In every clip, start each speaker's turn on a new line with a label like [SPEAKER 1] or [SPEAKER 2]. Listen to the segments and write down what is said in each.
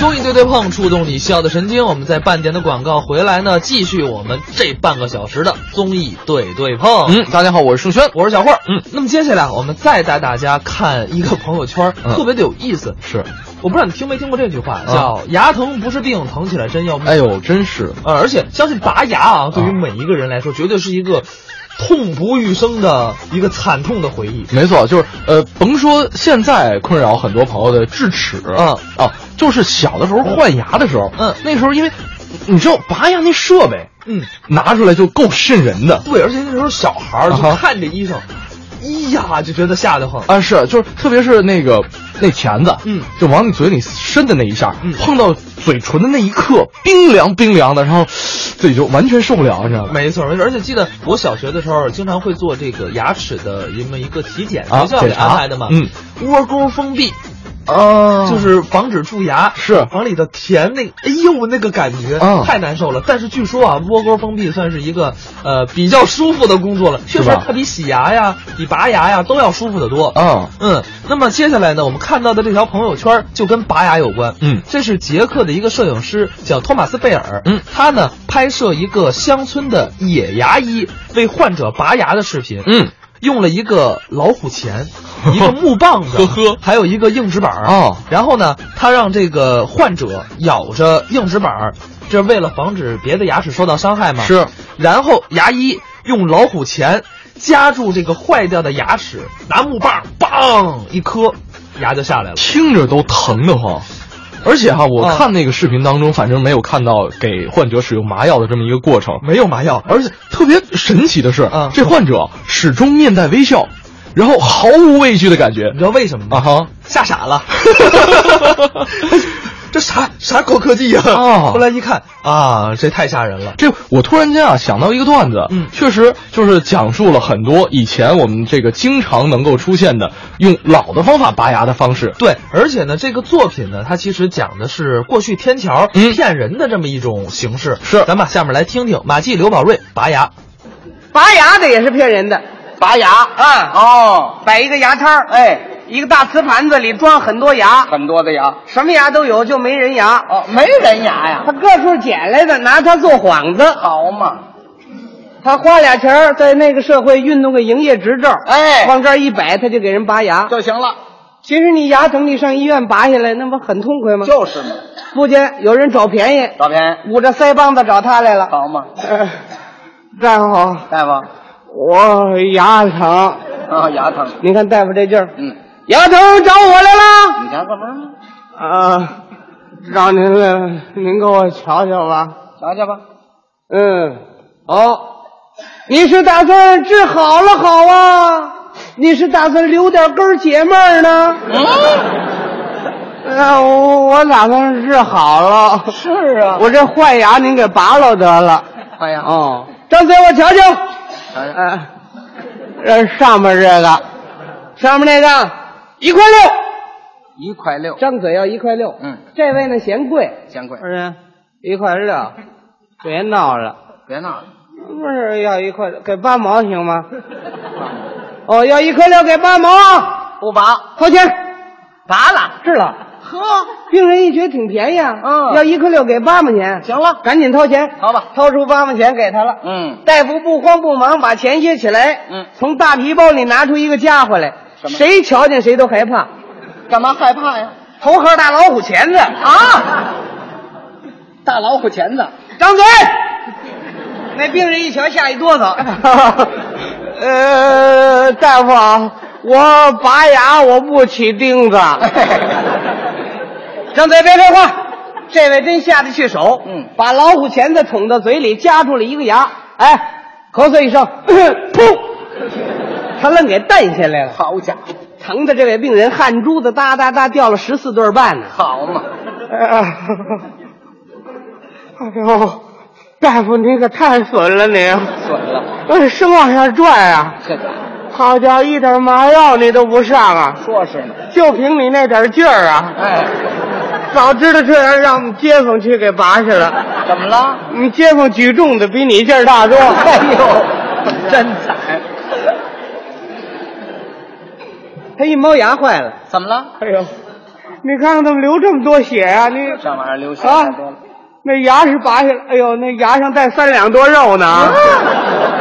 [SPEAKER 1] 综艺对对碰，触动你笑的神经。我们在半点的广告回来呢，继续我们这半个小时的综艺对对碰。
[SPEAKER 2] 嗯，大家好，我是盛轩，
[SPEAKER 1] 我是小慧儿。
[SPEAKER 2] 嗯，
[SPEAKER 1] 那么接下来我们再带大家看一个朋友圈，
[SPEAKER 2] 嗯
[SPEAKER 1] 特别的有意思。
[SPEAKER 2] 是，
[SPEAKER 1] 我不知道你听没听过这句话，
[SPEAKER 2] 啊
[SPEAKER 1] 叫“牙疼不是病，疼起来真要命”。
[SPEAKER 2] 哎呦，真是，
[SPEAKER 1] 呃，而且相信拔牙啊，对于每一个人来说，绝对是一个痛不欲生的一个惨痛的回忆。
[SPEAKER 2] 没错，就是呃，甭说现在困扰很多朋友的智齿，
[SPEAKER 1] 嗯
[SPEAKER 2] 啊，就是小的时候换牙的时候，
[SPEAKER 1] 嗯
[SPEAKER 2] 那时候因为你知道拔牙那设备
[SPEAKER 1] 嗯，
[SPEAKER 2] 拿出来就够瘆人的
[SPEAKER 1] 对，而且那时候小孩儿
[SPEAKER 2] 啊哈
[SPEAKER 1] 就看着医生，咿呀就觉得吓得慌。
[SPEAKER 2] 啊，是，就是特别是那个那钳子，
[SPEAKER 1] 嗯
[SPEAKER 2] 就往你嘴里伸的那一下，
[SPEAKER 1] 嗯
[SPEAKER 2] 碰到嘴唇的那一刻，冰凉冰凉的，然后自己就完全受不了，你知道吗？
[SPEAKER 1] 没错，没错，而且记得我小学的时候，经常会做这个牙齿的一么一个体检，
[SPEAKER 2] 啊
[SPEAKER 1] 学校给
[SPEAKER 2] 检查
[SPEAKER 1] 安排的嘛。
[SPEAKER 2] 嗯，
[SPEAKER 1] 窝沟封闭，
[SPEAKER 2] 啊
[SPEAKER 1] 就是防止蛀牙，
[SPEAKER 2] 是
[SPEAKER 1] 往里头填那，哎呦，那个感觉、
[SPEAKER 2] 啊
[SPEAKER 1] 太难受了。但是据说啊，窝沟封闭算是一个呃比较舒服的工作了，确
[SPEAKER 2] 是
[SPEAKER 1] 实
[SPEAKER 2] 吧
[SPEAKER 1] 它比洗牙呀、比拔牙呀都要舒服得多。
[SPEAKER 2] 啊，
[SPEAKER 1] 嗯，那么接下来呢，我们看到的这条朋友圈就跟拔牙有关。
[SPEAKER 2] 嗯
[SPEAKER 1] 这是捷克的一个摄影师叫托马斯贝尔。
[SPEAKER 2] 嗯，
[SPEAKER 1] 他呢拍摄一个乡村的野牙医为患者拔牙的视频。
[SPEAKER 2] 嗯，
[SPEAKER 1] 用了一个老虎 钳，一个木棒子，
[SPEAKER 2] 呵呵
[SPEAKER 1] 还有一个硬纸板儿啊
[SPEAKER 2] 哦
[SPEAKER 1] 然后呢，他让这个患者咬着硬纸板儿，这为了防止别的牙齿受到伤害嘛。
[SPEAKER 2] 是。
[SPEAKER 1] 然后牙医用老虎钳夹住这个坏掉的牙齿，拿木棒儿梆一磕，牙就下来了。
[SPEAKER 2] 听着都疼得慌。而且哈、我
[SPEAKER 1] 啊
[SPEAKER 2] 看那个视频当中，反正没有看到给患者使用麻药的这么一个过程。
[SPEAKER 1] 没有麻药，
[SPEAKER 2] 而且特别神奇的是，
[SPEAKER 1] 啊
[SPEAKER 2] 这患者始终面带微笑，然后毫无畏惧的感觉
[SPEAKER 1] 你。知道为什么吗？
[SPEAKER 2] 啊哈，
[SPEAKER 1] 吓傻 了。 这啥啥高科技呀、
[SPEAKER 2] 哦
[SPEAKER 1] 后来一看啊，这太吓人了。
[SPEAKER 2] 这我突然间啊想到一个段子，
[SPEAKER 1] 嗯
[SPEAKER 2] 确实就是讲述了很多以前我们这个经常能够出现的用老的方法拔牙的方式。
[SPEAKER 1] 对，而且呢，这个作品呢，它其实讲的是过去天桥
[SPEAKER 2] 嗯
[SPEAKER 1] 骗人的这么一种形式。
[SPEAKER 2] 是
[SPEAKER 1] 咱把下面来听听马季、刘宝瑞拔牙。
[SPEAKER 3] 拔牙的也是骗人的，
[SPEAKER 4] 拔牙
[SPEAKER 3] 啊
[SPEAKER 4] 哦，
[SPEAKER 3] 摆一个牙摊儿，
[SPEAKER 4] 哎，
[SPEAKER 3] 一个大瓷盘子里装很多牙，
[SPEAKER 4] 很多的牙
[SPEAKER 3] 什么牙都有，就没人牙。
[SPEAKER 4] 哦，没人牙
[SPEAKER 3] 他
[SPEAKER 4] 呀，
[SPEAKER 3] 各处捡来的，拿它做幌子。
[SPEAKER 4] 好嘛，
[SPEAKER 3] 他花俩钱儿在那个社会运动个营业执照，
[SPEAKER 4] 哎
[SPEAKER 3] 往这儿一摆，他就给人拔牙。
[SPEAKER 4] 就行了，
[SPEAKER 3] 其实你牙疼，你上医院拔下来，那不很痛快吗？
[SPEAKER 4] 就是嘛，
[SPEAKER 3] 不仅有人找便宜，
[SPEAKER 4] 照片
[SPEAKER 3] 捂着腮帮子找他来 了。
[SPEAKER 4] 好嘛，
[SPEAKER 3] 呃大夫好，
[SPEAKER 4] 大夫
[SPEAKER 3] 我牙疼，
[SPEAKER 4] 啊，牙疼，
[SPEAKER 3] 你看大夫这劲儿，
[SPEAKER 4] 嗯，
[SPEAKER 3] 牙疼找我来了。
[SPEAKER 4] 你瞧干嘛？
[SPEAKER 3] 啊，找您来了，您给我瞧瞧吧。
[SPEAKER 4] 瞧瞧吧，
[SPEAKER 3] 嗯，好，你是打算治好了好啊？你是打算留点根儿解闷儿呢？
[SPEAKER 4] 嗯，
[SPEAKER 3] 呃，我我打算治好了，
[SPEAKER 4] 是啊，
[SPEAKER 3] 我这坏牙您给拔了得了。
[SPEAKER 4] 哎呀，
[SPEAKER 3] 哦，张嘴我瞧瞧。
[SPEAKER 4] 瞧瞧，
[SPEAKER 3] 啊，这上面这个，上面那个一块六，
[SPEAKER 4] 一块六，
[SPEAKER 3] 张嘴要一块六。
[SPEAKER 4] 嗯，
[SPEAKER 3] 这位呢嫌贵。
[SPEAKER 4] 嫌贵，
[SPEAKER 3] 不是一块六，别闹了，
[SPEAKER 4] 别闹了，
[SPEAKER 3] 不是要一块六，给八毛行吗？哦，要一块六给八毛啊，
[SPEAKER 4] 不拔，
[SPEAKER 3] 掏钱
[SPEAKER 4] 拔了，
[SPEAKER 3] 治了。
[SPEAKER 4] 呵，
[SPEAKER 3] 病人一觉得挺便宜啊，
[SPEAKER 4] 嗯
[SPEAKER 3] 要一块六给八毛钱，
[SPEAKER 4] 行了
[SPEAKER 3] 赶紧掏钱，
[SPEAKER 4] 好吧
[SPEAKER 3] 掏出八毛钱给他了。
[SPEAKER 4] 嗯，
[SPEAKER 3] 大夫不慌不忙把钱掖起来，
[SPEAKER 4] 嗯
[SPEAKER 3] 从大皮包里拿出一个家伙来，
[SPEAKER 4] 什么
[SPEAKER 3] 谁瞧见谁都害怕，
[SPEAKER 4] 干嘛害怕呀？
[SPEAKER 3] 头号大老虎钳子啊！
[SPEAKER 4] 大老虎钳子，
[SPEAKER 3] 张嘴！那病人一瞧，吓一哆 嗦。呃，大夫啊，我拔牙，我不起钉 子。张嘴，别废话。这位真下得去手，
[SPEAKER 4] 嗯
[SPEAKER 3] 把老虎钳子捅到嘴里，夹住了一个牙。哎，咳嗽一声，噗，他愣给淡下来了。
[SPEAKER 4] 好家伙，
[SPEAKER 3] 疼的这位病人汗珠子哒哒哒掉了十四对儿半呢。
[SPEAKER 4] 好嘛，
[SPEAKER 3] 哎呦，大夫，你可太损了你！
[SPEAKER 4] 损了，
[SPEAKER 3] 呃，生往下拽啊！
[SPEAKER 4] 这个
[SPEAKER 3] 好家伙，一点麻药你都不上啊！
[SPEAKER 4] 说是呢，
[SPEAKER 3] 就凭你那点劲儿啊！
[SPEAKER 4] 哎，
[SPEAKER 3] 早知道这样，让我们街坊去给拔去了。
[SPEAKER 4] 怎么了？
[SPEAKER 3] 我们街坊举重的比你劲儿大多。
[SPEAKER 4] 哎呦，真惨！
[SPEAKER 3] 他一猫牙坏了。
[SPEAKER 4] 怎么了？
[SPEAKER 3] 哎呦，你看看怎么流这么多血呀、你
[SPEAKER 4] 这玩意儿流血
[SPEAKER 3] 啊
[SPEAKER 4] 太多了。
[SPEAKER 3] 那牙是拔下来，哎呦，那牙上带三两多肉呢。啊
[SPEAKER 4] 啊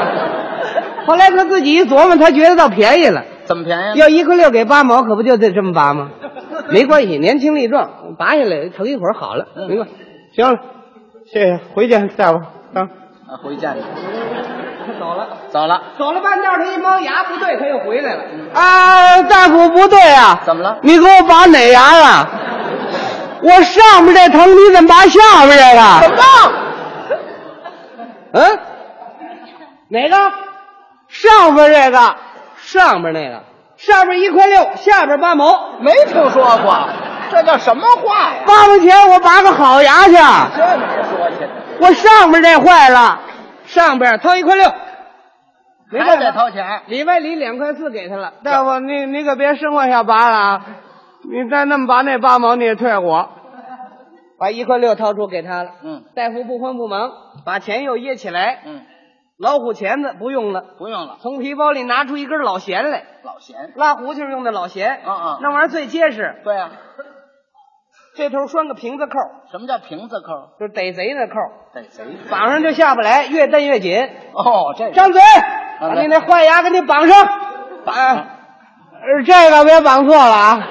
[SPEAKER 3] 后来他自己一琢磨，他觉得倒便宜了，
[SPEAKER 4] 怎么便宜？啊
[SPEAKER 3] 要一块六给八毛，可不就得这么拔吗？没关系，年轻力壮，拔下来疼一会儿好了，
[SPEAKER 4] 嗯
[SPEAKER 3] 没关系。行了，谢谢，回见大夫啊。
[SPEAKER 4] 啊，回见你。走了，走了，
[SPEAKER 3] 走了半道，他一摸牙不对，他又回来了。啊，大夫不对啊！
[SPEAKER 4] 怎么了
[SPEAKER 3] 你给我拔哪牙了？我上面这疼，你怎么拔下面这个？怎么？嗯？哪个？上边这个？上边那个？上边一块六，下边八毛。
[SPEAKER 4] 没听说过，这叫什么话呀？
[SPEAKER 3] 八毛钱我拔个好牙去。
[SPEAKER 4] 这哪儿说去？
[SPEAKER 3] 我上边这坏了，上边掏一块六，没
[SPEAKER 4] 还
[SPEAKER 3] 办
[SPEAKER 4] 得
[SPEAKER 3] 法。
[SPEAKER 4] 掏钱，
[SPEAKER 3] 里外里两块四给他了。大夫，你你可别生往下拔了啊！你再那么拔那八毛，你也退我。把一块六掏出给他了。
[SPEAKER 4] 嗯，
[SPEAKER 3] 大夫不慌不忙，把钱又掖起来。
[SPEAKER 4] 嗯，
[SPEAKER 3] 老虎钳子不用了，
[SPEAKER 4] 不用了，
[SPEAKER 3] 从皮包里拿出一根老弦来，
[SPEAKER 4] 老闲。
[SPEAKER 3] 拉胡琴用的老弦。
[SPEAKER 4] 啊啊
[SPEAKER 3] 那玩意儿最结实，
[SPEAKER 4] 对呀、
[SPEAKER 3] 这头拴个瓶子扣，
[SPEAKER 4] 什么叫瓶子扣？
[SPEAKER 3] 就是逮贼那扣，
[SPEAKER 4] 逮贼
[SPEAKER 3] 绑上就下不来，越蹬越紧。
[SPEAKER 4] 哦，这
[SPEAKER 3] 张嘴，
[SPEAKER 4] 好
[SPEAKER 3] 把
[SPEAKER 4] 嘞
[SPEAKER 3] 你那坏牙给你绑上。
[SPEAKER 4] 绑
[SPEAKER 3] 啊
[SPEAKER 4] 上
[SPEAKER 3] 呃，这个别绑错了啊。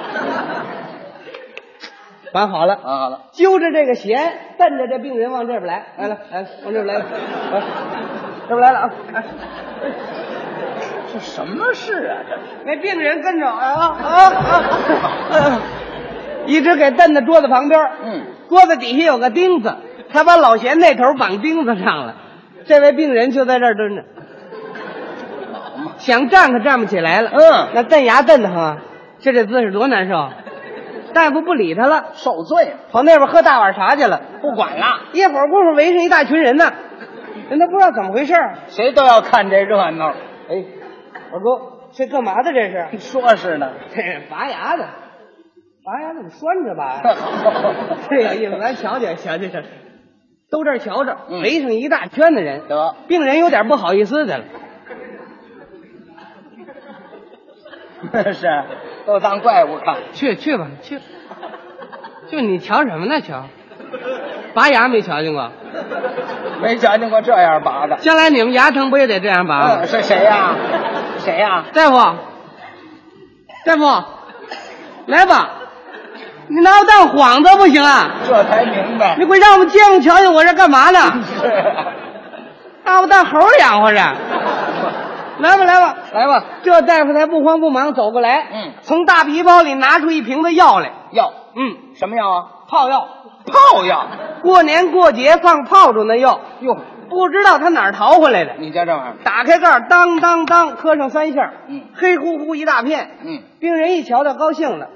[SPEAKER 3] 绑好了，
[SPEAKER 4] 啊，好了，
[SPEAKER 3] 揪着这个弦，奔着这病人往这边来，来了，来，往这边来，来，这边来了啊！哎，
[SPEAKER 4] 这什么事啊？这是
[SPEAKER 3] 那病人跟着啊啊啊啊， 一直给蹬到桌子旁边。
[SPEAKER 4] 嗯，
[SPEAKER 3] 桌子底下有个钉子，他把老弦那头绑钉子上了。这位病人就在这儿蹲着，想站可站不起来了。
[SPEAKER 4] 嗯
[SPEAKER 3] 那蹬牙蹬的哈，就这姿势多难受啊。大夫不理他了，
[SPEAKER 4] 受罪了，
[SPEAKER 3] 跑那边喝大碗茶去了。
[SPEAKER 4] 不管了，
[SPEAKER 3] 一会儿功夫围上一大群人呢，人都不知道怎么回事儿。
[SPEAKER 4] 谁都要看这热闹。哎，
[SPEAKER 3] 我说这干嘛的这是？
[SPEAKER 4] 说是呢，
[SPEAKER 3] 这拔牙的， 拔牙怎么拴着 拔呀？这有意
[SPEAKER 4] 得
[SPEAKER 3] 思，咱瞧瞧瞧瞧瞧，都这儿瞧着，
[SPEAKER 4] 嗯
[SPEAKER 3] 围上一大圈的人。病人有点不好意思的了。
[SPEAKER 4] 是啊都当怪物看。
[SPEAKER 3] 去去吧，去。就你瞧什么呢？瞧，拔牙没瞧见过？
[SPEAKER 4] 没瞧见过这样拔的。
[SPEAKER 3] 将来你们牙疼不也得这样拔吗？
[SPEAKER 4] 嗯，是谁 呀、谁呀、
[SPEAKER 3] 大夫，大夫，来吧，你拿我当幌子不行啊？
[SPEAKER 4] 这才明白
[SPEAKER 3] 你。给我让我们街坊瞧瞧我这干嘛呢？
[SPEAKER 4] 是啊，
[SPEAKER 3] 把我当猴养 活着。来吧，来吧，来吧！这大夫才不慌不忙走过来，
[SPEAKER 4] 嗯
[SPEAKER 3] 从大皮包里拿出一瓶子药来，
[SPEAKER 4] 药
[SPEAKER 3] 嗯，
[SPEAKER 4] 什么药啊？
[SPEAKER 3] 泡药，
[SPEAKER 4] 炮 药。
[SPEAKER 3] 过年过节放炮竹那药，
[SPEAKER 4] 哟，
[SPEAKER 3] 不知道他哪儿淘回来的。
[SPEAKER 4] 你家这啊玩意儿，
[SPEAKER 3] 打开盖儿，当当当，磕上三下，
[SPEAKER 4] 嗯
[SPEAKER 3] 黑乎乎一大片。
[SPEAKER 4] 嗯，
[SPEAKER 3] 病人一瞧，他高兴了，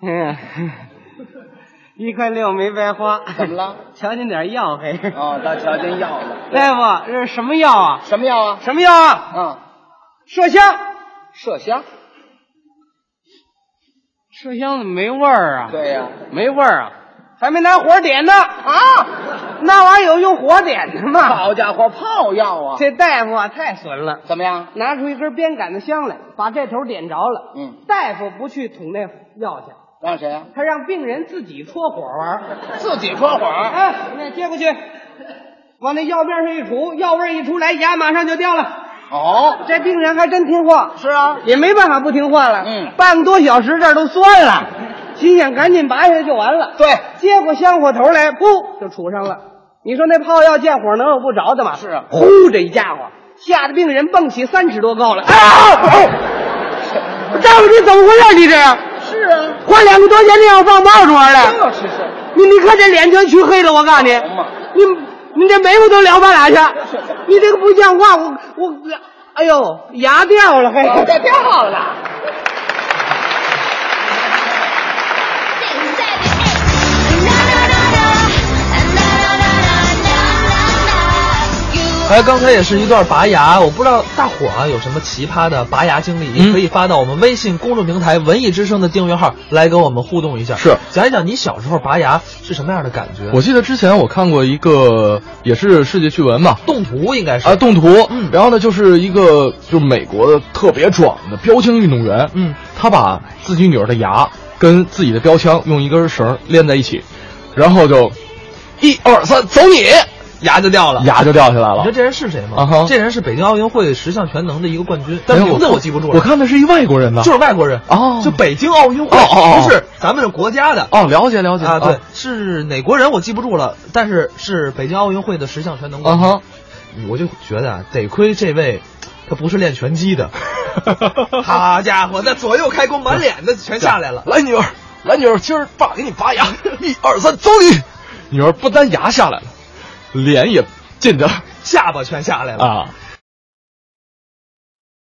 [SPEAKER 3] 嗯，一块六没白花。
[SPEAKER 4] 怎么了？
[SPEAKER 3] 瞧您点药嘿，
[SPEAKER 4] 哦，倒瞧见药了。
[SPEAKER 3] 大夫，这是什么药啊？
[SPEAKER 4] 什么药啊？
[SPEAKER 3] 什么药啊？
[SPEAKER 4] 啊，
[SPEAKER 3] 麝香。
[SPEAKER 4] 麝香。
[SPEAKER 3] 麝香怎么没味儿啊？，
[SPEAKER 4] 对呀、
[SPEAKER 3] 没味儿啊，还没拿火点呢。
[SPEAKER 4] 啊。
[SPEAKER 3] 那玩意儿有用火点的吗？
[SPEAKER 4] 好家伙，炮药啊！
[SPEAKER 3] 这大夫啊，太损了。
[SPEAKER 4] 怎么样？
[SPEAKER 3] 拿出一根鞭杆子香来，把这头点着了。
[SPEAKER 4] 嗯，
[SPEAKER 3] 大夫不去捅那药去，
[SPEAKER 4] 让谁啊？
[SPEAKER 3] 他让病人自己搓火玩儿。
[SPEAKER 4] 自己说谎。
[SPEAKER 3] 哎，那接过去，往那药面上一杵，药味儿一出来，牙马上就掉了。
[SPEAKER 4] 哦，
[SPEAKER 3] 这病人还真听话，
[SPEAKER 4] 是啊，
[SPEAKER 3] 也没办法不听话了。
[SPEAKER 4] 嗯
[SPEAKER 3] 半个多小时这儿都酸了，心想赶紧拔下来就完了。
[SPEAKER 4] 对，
[SPEAKER 3] 接过香火头来，噗就杵上了。你说那炮药见火能有不着的吗？
[SPEAKER 4] 是啊
[SPEAKER 3] 呼，这一家伙吓得病人蹦起三尺多高来。哎呀，哎大夫，你怎么回事？你这样
[SPEAKER 4] 是啊，哎
[SPEAKER 3] 花两个多钱这样放炮竹玩
[SPEAKER 4] 这
[SPEAKER 3] 的？
[SPEAKER 4] 是是，
[SPEAKER 3] 你你看这脸全黢黑了，我告诉你
[SPEAKER 4] 好嘛，
[SPEAKER 3] 你你这眉毛都撩半拉 去，你这个不像话，我我，哎呦，哦牙掉了，嘿，
[SPEAKER 4] 这哦掉了。
[SPEAKER 1] 哎，刚才也是一段拔牙，我不知道大伙儿啊有什么奇葩的拔牙经历，也
[SPEAKER 2] 嗯
[SPEAKER 1] 可以发到我们微信公众平台“文艺之声”的订阅号来跟我们互动一下，
[SPEAKER 2] 是
[SPEAKER 1] 讲一讲你小时候拔牙是什么样的感觉？
[SPEAKER 2] 我记得之前我看过一个，也是世界趣闻嘛，
[SPEAKER 1] 动图应该是
[SPEAKER 2] 啊，动图，
[SPEAKER 1] 嗯
[SPEAKER 2] 然后呢，就是一个就是美国的特别壮的标枪运动员，
[SPEAKER 1] 嗯，
[SPEAKER 2] 他把自己女儿的牙跟自己的标枪用一根绳连在一起，然后就一二三走你，
[SPEAKER 1] 牙就掉了。
[SPEAKER 2] 牙就掉
[SPEAKER 1] 你
[SPEAKER 2] 下来
[SPEAKER 1] 知道
[SPEAKER 2] 了。
[SPEAKER 1] 这人是谁吗？
[SPEAKER 2] 啊哈
[SPEAKER 1] 这人是北京奥运会十项全能的一个冠军，但
[SPEAKER 2] 哎
[SPEAKER 1] 名字我记不住了。
[SPEAKER 2] 我看的是一外国人吧？
[SPEAKER 1] 就是外国人
[SPEAKER 2] 哦
[SPEAKER 1] 就北京奥运会，
[SPEAKER 2] 哦哦哦
[SPEAKER 1] 不是咱们国家的
[SPEAKER 2] 哦，了解了解
[SPEAKER 1] 啊，对，是哪国人我记不住了，但是是北京奥运会的十项全能
[SPEAKER 2] 啊
[SPEAKER 1] 冠军。
[SPEAKER 2] 哈，
[SPEAKER 1] 我就觉得啊，得亏这位他不是练拳击的， 好家伙，那左右开弓，满脸的全下来了。
[SPEAKER 2] 来女儿，来女儿，今儿爸给你 拔牙，一二三走你。女儿不单牙下来了，脸也进去了
[SPEAKER 1] 下巴全下来了
[SPEAKER 2] 啊。